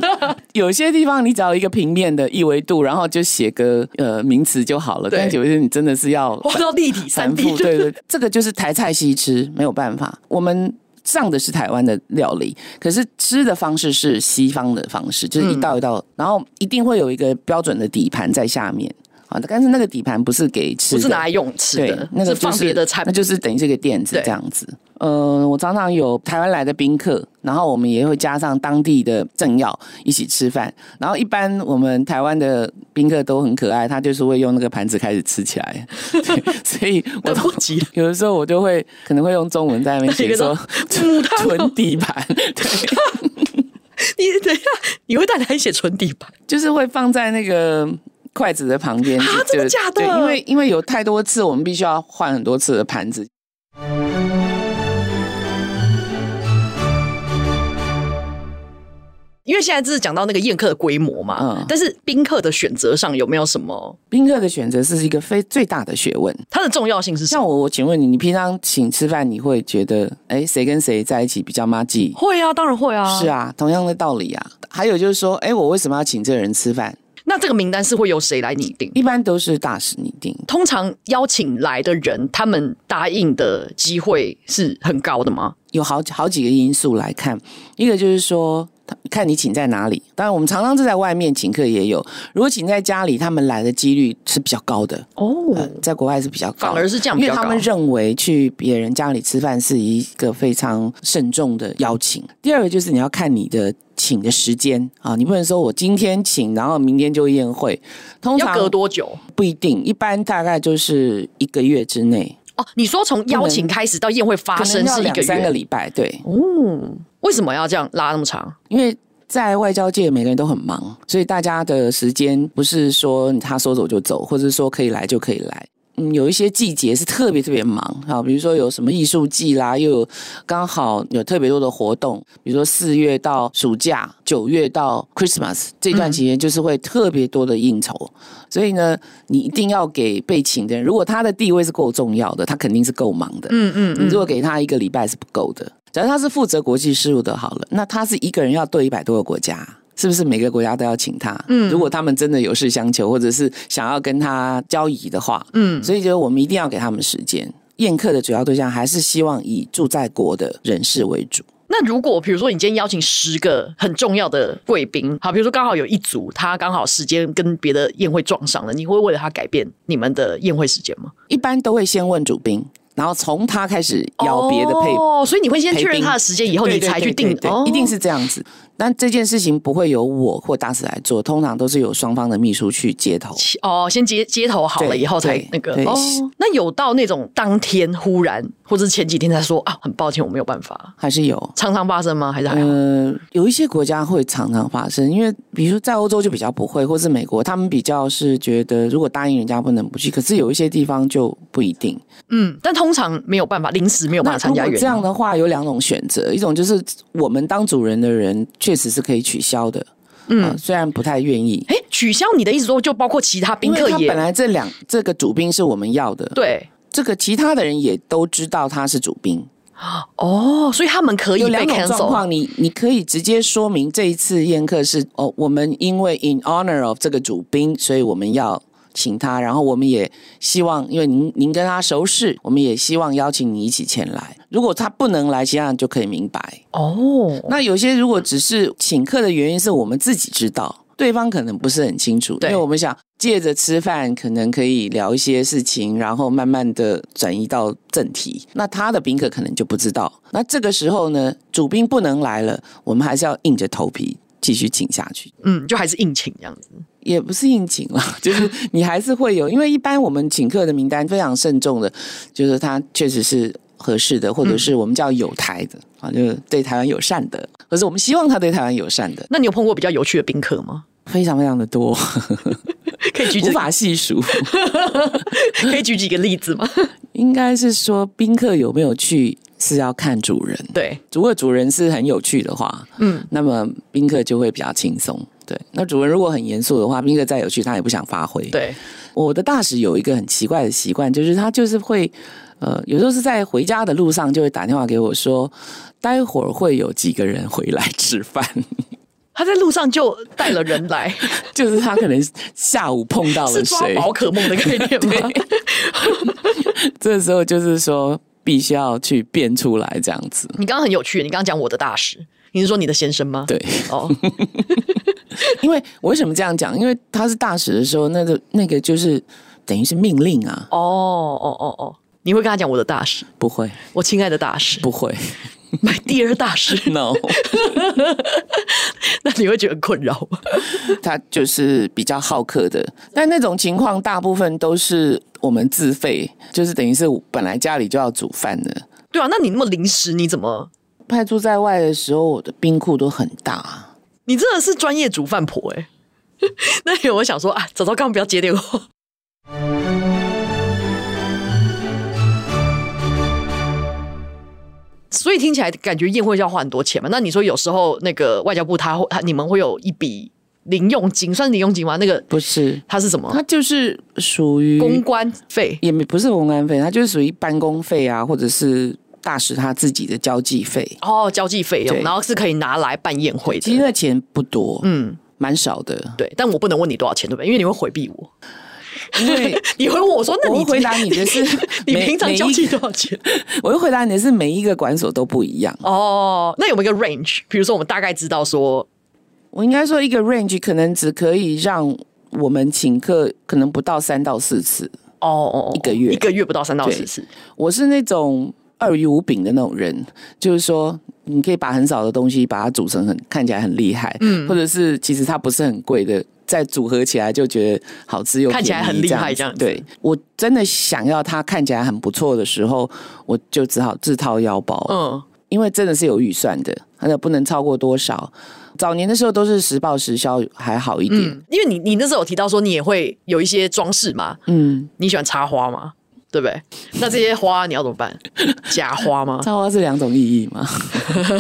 Speaker 3: 有些地方你只要一个平面的一维度，然后就写个呃名词就好了。
Speaker 2: 对
Speaker 3: 但有些你真的是要
Speaker 2: 画到立体三
Speaker 3: 反
Speaker 2: D，
Speaker 3: 复，对对，这个就是台菜西吃，没有办法。我们上的是台湾的料理，可是吃的方式是西方的方式，
Speaker 2: 嗯
Speaker 3: 就是一道一道，然后一定会有一个标准的底盘在下面啊。但是那个底盘不是给吃的，
Speaker 2: 不是拿来用吃
Speaker 3: 对
Speaker 2: 的，，
Speaker 3: 那个就
Speaker 2: 是
Speaker 3: 是
Speaker 2: 放别的产
Speaker 3: 那
Speaker 2: 品。
Speaker 3: 就是等于是个垫子
Speaker 2: 对
Speaker 3: 这样子。呃，我常常有台湾来的宾客，然后我们也会加上当地的政要一起吃饭。然后一般我们台湾的宾客都很可爱，他就是会用那个盘子开始吃起来， 对所 以我
Speaker 2: 等不及了
Speaker 3: 有的时候我就会可能会用中文在那边写 说
Speaker 2: 母汤哦
Speaker 3: 囤底盘，对，
Speaker 2: 你等一下，你会带来写纯底盘，
Speaker 3: 就是会放在那个。筷子的旁边，
Speaker 2: 啊
Speaker 3: 就
Speaker 2: 真的
Speaker 3: 就
Speaker 2: 假的
Speaker 3: 对，因为因为有太多次，我们必须要换很多次的盘子，
Speaker 2: 因为现在这是讲到那个宴客的规模嘛，
Speaker 3: 嗯
Speaker 2: 但是宾客的选择上有没有什么
Speaker 3: 宾客的选择是一个非最大的学问。
Speaker 2: 它的重要性是什么？
Speaker 3: 像我，我请问你，你平常请吃饭，你会觉得，哎，谁跟谁在一起比较妈鸡？
Speaker 2: 会啊，当然会啊。
Speaker 3: 是，啊，同样的道理啊。还有就是说，哎，我为什么要请这个人吃饭？
Speaker 2: 那这个名单是会由谁来拟定？
Speaker 3: 一般都是大使拟定。
Speaker 2: 通常邀请来的人，他们答应的机会是很高的吗？
Speaker 3: 有好好几个因素来看，一个就是说，他看你请在哪里。当然，我们常常是在外面请客也有，如果请在家里，他们来的几率是比较高的。
Speaker 2: 哦，
Speaker 3: 呃，在国外是比较高，
Speaker 2: 反而是这样比
Speaker 3: 因为
Speaker 2: 较高
Speaker 3: 他们认为去别人家里吃饭是一个非常慎重的邀请。第二个就是你要看你的请的时间啊，你不能说我今天请，然后明天就宴会，通
Speaker 2: 要
Speaker 3: 常
Speaker 2: 隔多久？
Speaker 3: 不一定，一般大概就是一个月之内，
Speaker 2: 哦，你说从邀请开始到宴会发
Speaker 3: 可能
Speaker 2: 生
Speaker 3: 要
Speaker 2: 是啊一
Speaker 3: 两
Speaker 2: 个
Speaker 3: 三个
Speaker 2: 月，
Speaker 3: 礼拜，对，
Speaker 2: 为什么要这样拉那么长？
Speaker 3: 因为。在外交界，每个人都很忙，所以大家的时间不是说他说走就走，或者说可以来就可以来。嗯，有一些季节是特别特别忙啊，比如说有什么艺术季啦，又有刚好有特别多的活动，比如说四月到暑假，九月到 Christmas 这段期间，就是会特别多的应酬。所以呢，你一定要给被请的人，如果他的地位是够重要的，他肯定是够忙的。嗯嗯你如果给他一个礼拜是不够的。假如他是负责国际事务的，好了，那他是一个人要对一百多个国家。是不是每个国家都要请他？嗯，如果他们真的有事相求，或者是想要跟他交易的话，嗯，所以就是我们一定要给他们时间。宴客的主要对象还是希望以住在国的人士为主。
Speaker 2: 那如果比如说你今天邀请十个很重要的贵宾，好，比如说刚好有一组他刚好时间跟别的宴会撞上了，你会为了他改变你们的宴会时间吗？
Speaker 3: 一般都会先问主宾，然后从他开始邀别的配
Speaker 2: 哦，所以你会先确
Speaker 3: 陪
Speaker 2: 认
Speaker 3: 宾
Speaker 2: 他的时间以后，你才去定
Speaker 3: 对对对对对
Speaker 2: 哦，
Speaker 3: 一定是这样子。但这件事情不会由我或大使来做，通常都是由双方的秘书去接头。
Speaker 2: 哦，先接接头好了
Speaker 3: 对
Speaker 2: 以后才
Speaker 3: 对
Speaker 2: 那个
Speaker 3: 对
Speaker 2: 哦。那有到那种当天忽然或者是前几天才说啊，很抱歉我没有办法，
Speaker 3: 还是有。
Speaker 2: 常常发生吗？还是还好？
Speaker 3: 呃，有一些国家会常常发生，因为比如说在欧洲就比较不会，或是美国，他们比较是觉得如果答应人家不能不去，可是有一些地方就不一定。
Speaker 2: 嗯，但通常没有办法，临时没有办
Speaker 3: 那
Speaker 2: 法
Speaker 3: 如
Speaker 2: 参加
Speaker 3: 果
Speaker 2: 原因
Speaker 3: 这样的话，有两种选择，一种就是我们当主人的人确实是可以取消的，嗯、虽然不太愿意，
Speaker 2: 哎，取消你的意思说就包括其他宾
Speaker 3: 因为
Speaker 2: 客
Speaker 3: 他
Speaker 2: 也
Speaker 3: 本来这两这个主宾是我们要的，
Speaker 2: 对
Speaker 3: 这个其他的人也都知道他是主宾。
Speaker 2: 哦，所以他们可以
Speaker 3: 有
Speaker 2: 被
Speaker 3: 两种状
Speaker 2: cancel。
Speaker 3: 况，你你可以直接说明这一次宴客是哦，我们因为 in honor of 这个主宾，所以我们要请他，然后我们也希望，因为您您跟他熟识，我们也希望邀请你一起前来。如果他不能来，其他人就可以明白。
Speaker 2: 哦，
Speaker 3: 那有些如果只是请客的原因是我们自己知道，对方可能不是很清楚，因
Speaker 2: 对
Speaker 3: 为我们想借着吃饭，可能可以聊一些事情，然后慢慢的转移到正题。那他的宾客可能就不知道。那这个时候呢，主宾不能来了，我们还是要硬着头皮继续请下去。
Speaker 2: 嗯，就还是硬请这样子。
Speaker 3: 也不是应景啦， 就是你还是会有，因为一般我们请客的名单非常慎重的，就是它确实是合适的，或者
Speaker 2: 嗯
Speaker 3: 是我们叫友台的、啊，就是对台湾友善的，或者我们希望他对台湾友善的，
Speaker 2: 那你有碰过比较有趣的宾客吗？
Speaker 3: 非常非常的多，
Speaker 2: 可以举
Speaker 3: 无
Speaker 2: 几
Speaker 3: 法细数。
Speaker 2: 可以举几个例 子吗？
Speaker 3: 应该是说宾客有没有去是要看主人，
Speaker 2: 对，
Speaker 3: 如果主人是很有趣的话，嗯，那么宾客就会比较轻松。对，那主人如果很严肃的话，宾客再有趣，他也不想发挥。对
Speaker 2: 对，
Speaker 3: 我的大使有一个很奇怪的习惯，就是他就是会，呃，有时候是在回家的路上就会打电话给我说，待会儿会有几个人回来吃饭，
Speaker 2: 他在路上就带了人来，
Speaker 3: 就是他可能下午碰到
Speaker 2: 是
Speaker 3: 了
Speaker 2: 抓
Speaker 3: 谁，
Speaker 2: 宝可梦的概念 吗？
Speaker 3: 这时候就是说必须要去变出来这样子。
Speaker 2: 你刚刚很有趣，你刚刚讲我的大使，你是说你的先生吗？，
Speaker 3: 对，
Speaker 2: 哦，
Speaker 3: 因为我为什么这样讲？因为他是大使的时候，那个那个就是等于是命令啊，
Speaker 2: 哦，哦，哦，哦，你会跟他讲我的大使，
Speaker 3: 不会，
Speaker 2: 我亲爱的大使，
Speaker 3: 不会
Speaker 2: 买 第二大使，
Speaker 3: ，no，
Speaker 2: 那你会觉得很困扰吗？
Speaker 3: 他就是比较好客的，但那种情况大部分都是我们自费，就是等于是本来家里就要煮饭的。
Speaker 2: 对啊，那你那么临时，你怎么？
Speaker 3: 派驻在外的时候，我的冰库都很大，啊
Speaker 2: 你真的是专业煮饭婆哎、 那天我想说啊，早知道刚刚不要接电话。所以听起来感觉宴会就要花很多钱嘛。那你说有时候那个外交部他会他你们会有一笔零用金，算是零用金吗？那个
Speaker 3: 不是？
Speaker 2: 它是什么
Speaker 3: 它？就是属于
Speaker 2: 公关费
Speaker 3: 也没不是公安费，它就是属于办公费啊，或者是大使他自己的交际费。
Speaker 2: 哦，交际费用，
Speaker 3: 对
Speaker 2: 然后是可以拿来办宴会
Speaker 3: 其实
Speaker 2: 的。
Speaker 3: 那钱不多，嗯，蛮少的。
Speaker 2: 对，但我不能问你多少钱，对不对？因为你会回避我，
Speaker 3: 因 为
Speaker 2: 你会问我说，那
Speaker 3: 我
Speaker 2: 你
Speaker 3: 回答 你的是
Speaker 2: 你
Speaker 3: 每
Speaker 2: 平常
Speaker 3: 每一
Speaker 2: 交
Speaker 3: 个
Speaker 2: 际多少钱？
Speaker 3: 我又回答你的是每一个馆所都不一样。
Speaker 2: 哦，那有没有一个 range？比如说，我们大概知道说，
Speaker 3: 我应该说一个 range 可能只可以让我们请客，可能不到三到四次。
Speaker 2: 哦哦，哦
Speaker 3: 一个月
Speaker 2: 一个月不到三到
Speaker 3: 对
Speaker 2: 四次，
Speaker 3: 我是那种二鱼无饼的那种人，就是说你可以把很少的东西把它组成很看起来很厉害，嗯，或者是其实它不是很贵的。再组合起来就觉得好吃又
Speaker 2: 看起来
Speaker 3: 便宜
Speaker 2: 很厉害
Speaker 3: 这样子
Speaker 2: 这样
Speaker 3: 对我真的想要它看起来很不错的时候，我就只好自掏腰包。
Speaker 2: 嗯，
Speaker 3: 因为真的是有预算的，那不能超过多少。早年的时候都是时报时销，还好一点。
Speaker 2: 嗯，因为你你那时候有提到说你也会有一些装饰嘛，
Speaker 3: 嗯，
Speaker 2: 你喜欢插花吗？对不对？那这些花你要怎 么办？假花吗？
Speaker 3: 插花是两种意义嘛。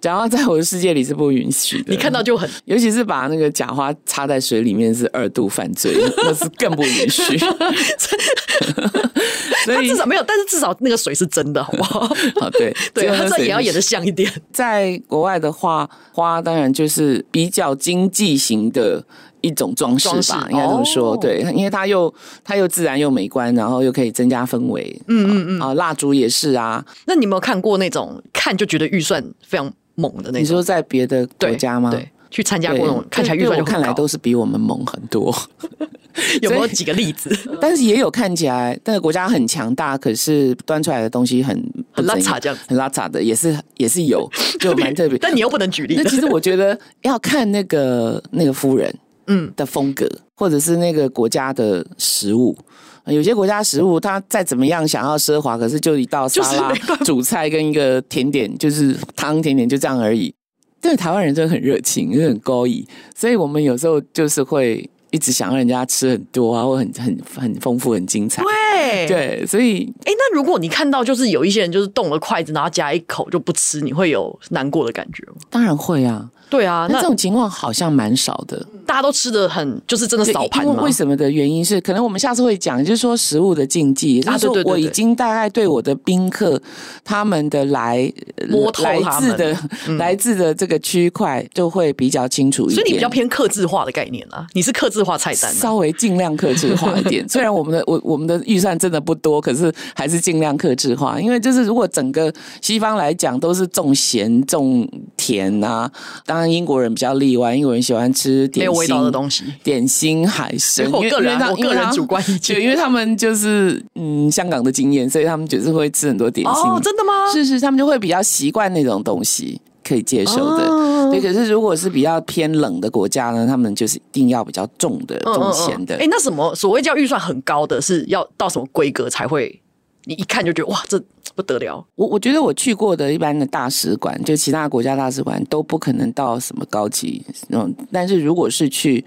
Speaker 3: 假花在我的世界里是不允许的。
Speaker 2: 你看到就很
Speaker 3: 尤其是把那个假花插在水里面是二度犯罪，那是更不允 许。所
Speaker 2: 他
Speaker 3: 以
Speaker 2: 至少没有，但是至少那个水是真的，好不 好？
Speaker 3: 啊，对
Speaker 2: 对，他这也要演
Speaker 3: 的。
Speaker 2: 的像一点。
Speaker 3: 在国外的话，花当然就是比较经济型的一种装饰
Speaker 2: 装饰
Speaker 3: 吧，应该这么说。
Speaker 2: 哦
Speaker 3: 对，因为它又它又自然又美观，然后又可以增加氛围。嗯嗯嗯。啊，蜡烛也是啊。
Speaker 2: 那你有没有看过那种看就觉得预算非常猛的那
Speaker 3: 你
Speaker 2: 种
Speaker 3: 说在别的国
Speaker 2: 对
Speaker 3: 家吗？
Speaker 2: 对，去参加
Speaker 3: 对。
Speaker 2: 过那种看起来预
Speaker 3: 对
Speaker 2: 算
Speaker 3: 我
Speaker 2: 就很
Speaker 3: 看来
Speaker 2: 高
Speaker 3: 都，是比我们猛很多。
Speaker 2: 有没有
Speaker 3: 所以
Speaker 2: 几个例 子？
Speaker 3: 但是也有看起来那个国家很强大，可是端出来的东西很
Speaker 2: 很
Speaker 3: 不怎
Speaker 2: 邋遢这样子。
Speaker 3: 很邋遢的也是也是有，就蛮特别
Speaker 2: 但你又不能举例
Speaker 3: 那。其实我觉得要看那个那个夫人，
Speaker 2: 嗯
Speaker 3: 嗯的风格，或者是那个国家的食物。有些国家食物，它再怎么样想要奢华，可是就一道沙
Speaker 2: 就是
Speaker 3: 拉
Speaker 2: 没办、法
Speaker 3: 主菜跟一个甜点，就是汤甜点，就这样而已。对台湾人真的很热情，也很高义，所以我们有时候就是会一直想让人家吃很多啊，或很很很丰富、很精彩。
Speaker 2: 对，
Speaker 3: 对，所以
Speaker 2: 哎，那如果你看到就是有一些人就是动了筷子，然后夹一口就不吃，你会有难过的感觉吗？
Speaker 3: 当然会啊。
Speaker 2: 对啊，
Speaker 3: 那
Speaker 2: 那
Speaker 3: 这种情况好像蛮少的。
Speaker 2: 大家都吃的很就是真的
Speaker 3: 对
Speaker 2: 扫盘
Speaker 3: 因为
Speaker 2: 吗
Speaker 3: 为？什么的原因是，可能我们下次会讲，就是说食物的禁忌，也就
Speaker 2: 啊
Speaker 3: 是
Speaker 2: 对对
Speaker 3: 说
Speaker 2: 对
Speaker 3: 我已
Speaker 2: 对
Speaker 3: 经大概对我的宾客他们的来呃
Speaker 2: 摸透
Speaker 3: 来
Speaker 2: 他
Speaker 3: 自
Speaker 2: 们嗯
Speaker 3: 的、来自的这个区块就会比较清楚一点，
Speaker 2: 所以你比较偏克制化的概念啊，你是克制化菜单、啊。
Speaker 3: 稍微尽量克制化一 点。虽然我们的我我们的预算真的不多，可是还是尽量克制化。因为就是如果整个西方来讲都是重咸重甜啊，当然英国人比较例外，英国人喜欢吃
Speaker 2: 没
Speaker 3: 点
Speaker 2: 有味道的
Speaker 3: 西
Speaker 2: 东西，
Speaker 3: 点心海参，
Speaker 2: 我
Speaker 3: 因为
Speaker 2: 个人啊
Speaker 3: 因为他因为
Speaker 2: 我个人
Speaker 3: 他
Speaker 2: 主观 意见
Speaker 3: 对，因为他们就是嗯香港的经验，所以他们就是会吃很多点心。
Speaker 2: 哦，真的吗？
Speaker 3: 是是，他们就会比较习惯那种东西。可以接受的，
Speaker 2: 哦
Speaker 3: 对。可是如果是比较偏冷的国家呢，他们就是一定要比较重的、重咸的。
Speaker 2: 哎、诶那什么所谓叫预算很高的，是要到什么规格才会？你一看就觉得哇，这不得了，
Speaker 3: 我我觉得我去过的一般的大使馆，就其他国家大使馆都不可能到什么高级那种，但是如果是去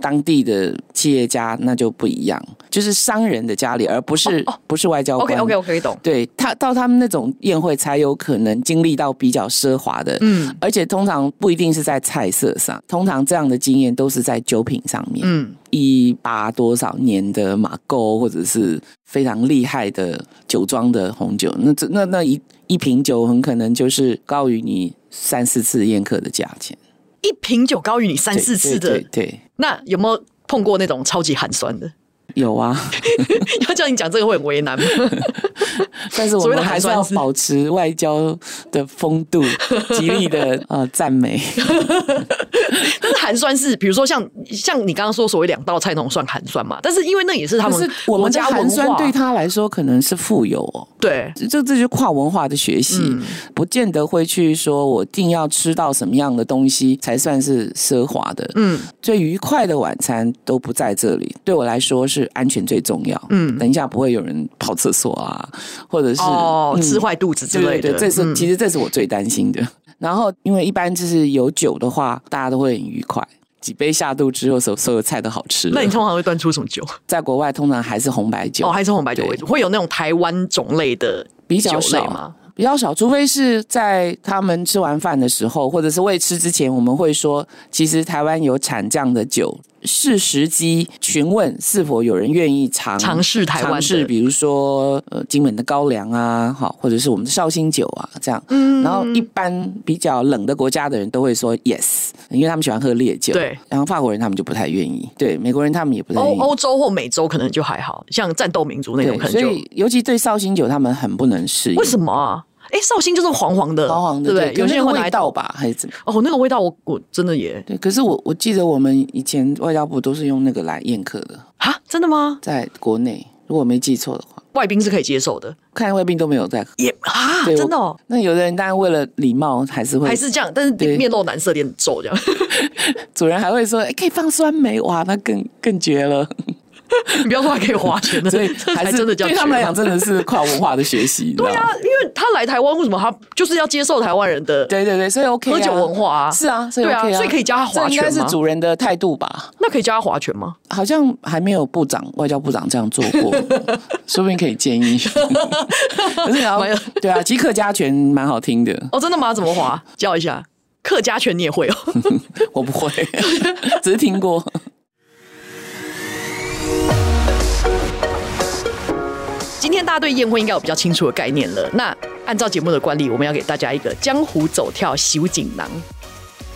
Speaker 3: 当地的企业家，那就不一样，就是商人的家里，而不是、
Speaker 2: 哦
Speaker 3: 不是外交官。
Speaker 2: OK OK OK，懂。
Speaker 3: 对他到他们那种宴会才有可能经历到比较奢华的，
Speaker 2: 嗯
Speaker 3: 而且通常不一定是在菜色上，通常这样的经验都是在酒品上面，
Speaker 2: 嗯，
Speaker 3: 一八多少年的马沟或者是非常厉害的酒庄的红酒，那这那那一一瓶酒很可能就是高于你三四次宴客的价钱，
Speaker 2: 一瓶酒高于你三
Speaker 3: 对
Speaker 2: 四
Speaker 3: 对
Speaker 2: 次的
Speaker 3: 对，对
Speaker 2: 那有没有碰过那种超级寒酸的？
Speaker 3: 有 啊，
Speaker 2: 要叫你讲这个会很为难吗？
Speaker 3: 但是我
Speaker 2: 所谓
Speaker 3: 们
Speaker 2: 的
Speaker 3: 还
Speaker 2: 寒
Speaker 3: 是
Speaker 2: 酸
Speaker 3: 要
Speaker 2: 是
Speaker 3: 保持外交的风 度，极力的呃赞美。
Speaker 2: 但是寒酸是，比如说像像你刚刚说所谓两道菜那种算寒酸嘛，但是因为那也是他
Speaker 3: 可
Speaker 2: 们
Speaker 3: 是我
Speaker 2: 国
Speaker 3: 们的
Speaker 2: 家文
Speaker 3: 寒酸
Speaker 2: 化，
Speaker 3: 对他来说可能是富有哦，
Speaker 2: 对
Speaker 3: 这这这就是跨文化的学习，
Speaker 2: 嗯
Speaker 3: 不见得会去说我一定要吃到什么样的东西才算是奢华的。
Speaker 2: 嗯，
Speaker 3: 最愉快的晚餐都不在这里，对我来说是安全最重要。
Speaker 2: 嗯
Speaker 3: 等一下不会有人跑厕所啊，或者是
Speaker 2: 哦，
Speaker 3: 嗯
Speaker 2: 吃坏肚子之类的，
Speaker 3: 对对对，这是、
Speaker 2: 嗯
Speaker 3: 其实这是我最担心的。然后因为一般就是有酒的话，大家都会很愉快。几杯下肚之后，所所有菜都好吃了。
Speaker 2: 那你通常会端出什么酒？
Speaker 3: 在国外通常还是红白酒，
Speaker 2: 哦，还是红白酒
Speaker 3: 对
Speaker 2: 为主，会有那种台湾种类的
Speaker 3: 比
Speaker 2: 酒
Speaker 3: 较
Speaker 2: 类
Speaker 3: 少
Speaker 2: 吗？
Speaker 3: 比较少，除非是在他们吃完饭的时候，或者是未吃之前，我们会说，其实台湾有产这样的酒，是时机询问是否有人愿意尝
Speaker 2: 尝试台
Speaker 3: 嗯
Speaker 2: 湾的
Speaker 3: 尝试，比如说呃金门的高粱啊，好，或者是我们的绍兴酒啊，这样。嗯，然后一般比较冷的国家的人都会说 yes，因为他们喜欢喝烈酒。
Speaker 2: 对，哦
Speaker 3: 然后法国人他们就不太愿意，对，美国人他们也不太愿
Speaker 2: 欧
Speaker 3: 意。
Speaker 2: 欧洲或美洲可能就还好，像战斗民族那
Speaker 3: 对，
Speaker 2: 种可
Speaker 3: 所
Speaker 2: 能就
Speaker 3: 以尤其对绍兴酒，他们很不能适应。
Speaker 2: 为什么啊？哎，绍兴就是黄黄的，
Speaker 3: 黄黄的，
Speaker 2: 对不对？有些人会
Speaker 3: 那个
Speaker 2: 拿
Speaker 3: 味
Speaker 2: 来
Speaker 3: 道吧，还是怎么？
Speaker 2: 哦，那个味道我我真的也
Speaker 3: 对，可是我我记得我们以前外交部都是用那个来宴客的，
Speaker 2: 啊，真的吗？
Speaker 3: 在国内，如果我没记错的话，
Speaker 2: 外宾是可以接受的，
Speaker 3: 看外宾都没有在喝。
Speaker 2: 也啊，
Speaker 3: 对我
Speaker 2: 真的哦，
Speaker 3: 那有的人当然为了礼貌还是会，
Speaker 2: 还是这样，但是
Speaker 3: 对
Speaker 2: 面露难色，脸很皱这样。
Speaker 3: 主人还会说，哎，可以放酸梅，哇，那更更绝了。
Speaker 2: 你不要说还可以花钱的，
Speaker 3: 所以
Speaker 2: 这
Speaker 3: 还
Speaker 2: 才
Speaker 3: 是
Speaker 2: 真的叫
Speaker 3: 对他们来讲，
Speaker 2: 学嘛啊
Speaker 3: 真的是跨文化的学习。对
Speaker 2: 对啊，因为他来台湾，为什么他就是要接受台湾人的？
Speaker 3: 对对对，所以 OK，、啊、
Speaker 2: 喝酒文化啊
Speaker 3: 是啊，所以
Speaker 2: 对啊
Speaker 3: OK
Speaker 2: 所以可以教他划
Speaker 3: 这应
Speaker 2: 拳
Speaker 3: 该是
Speaker 2: 吗
Speaker 3: 主人的态度吧？
Speaker 2: 那可以加划拳吗？
Speaker 3: 好像还没有部长、外交部长这样做 过，说不定可以建 议。可是你要
Speaker 2: 没有
Speaker 3: 对啊，即刻加权蛮好听的，
Speaker 2: 哦，真的吗？怎么划？教一下。客家拳你也会哦？
Speaker 3: 我不 会，只是听过。
Speaker 2: 今天大家对宴会应该有比较清楚的概念了。那按照节目的惯例，我们要给大家一个江湖走跳小锦囊，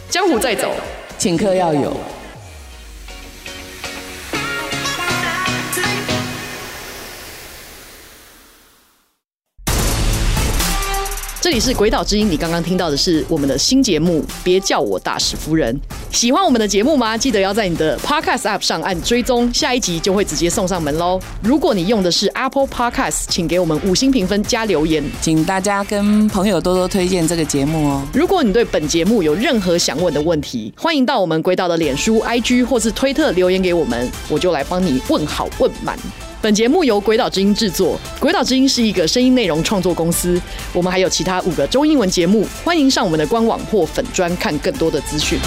Speaker 2: 江湖再走。
Speaker 3: 请客要有，
Speaker 2: 这里是《鬼岛之音》，你刚刚听到的是我们的新节目《别叫我大使夫人》。喜欢我们的节目吗？记得要在你的 Podcast App 上按追踪，下一集就会直接送上门喽。如果你用的是 Apple Podcast，请给我们五星评分加留言。
Speaker 3: 请大家跟朋友多多推荐这个节目哦。
Speaker 2: 如果你对本节目有任何想问的问题，欢迎到我们鬼岛的脸书、IG 或是推特留言给我们，我就来帮你问好问满。本节目由鬼岛之音制作，鬼岛之音是一个声音内容创作公司。我们还有其他五个中英文节目，欢迎上我们的官网或粉专看更多的资讯。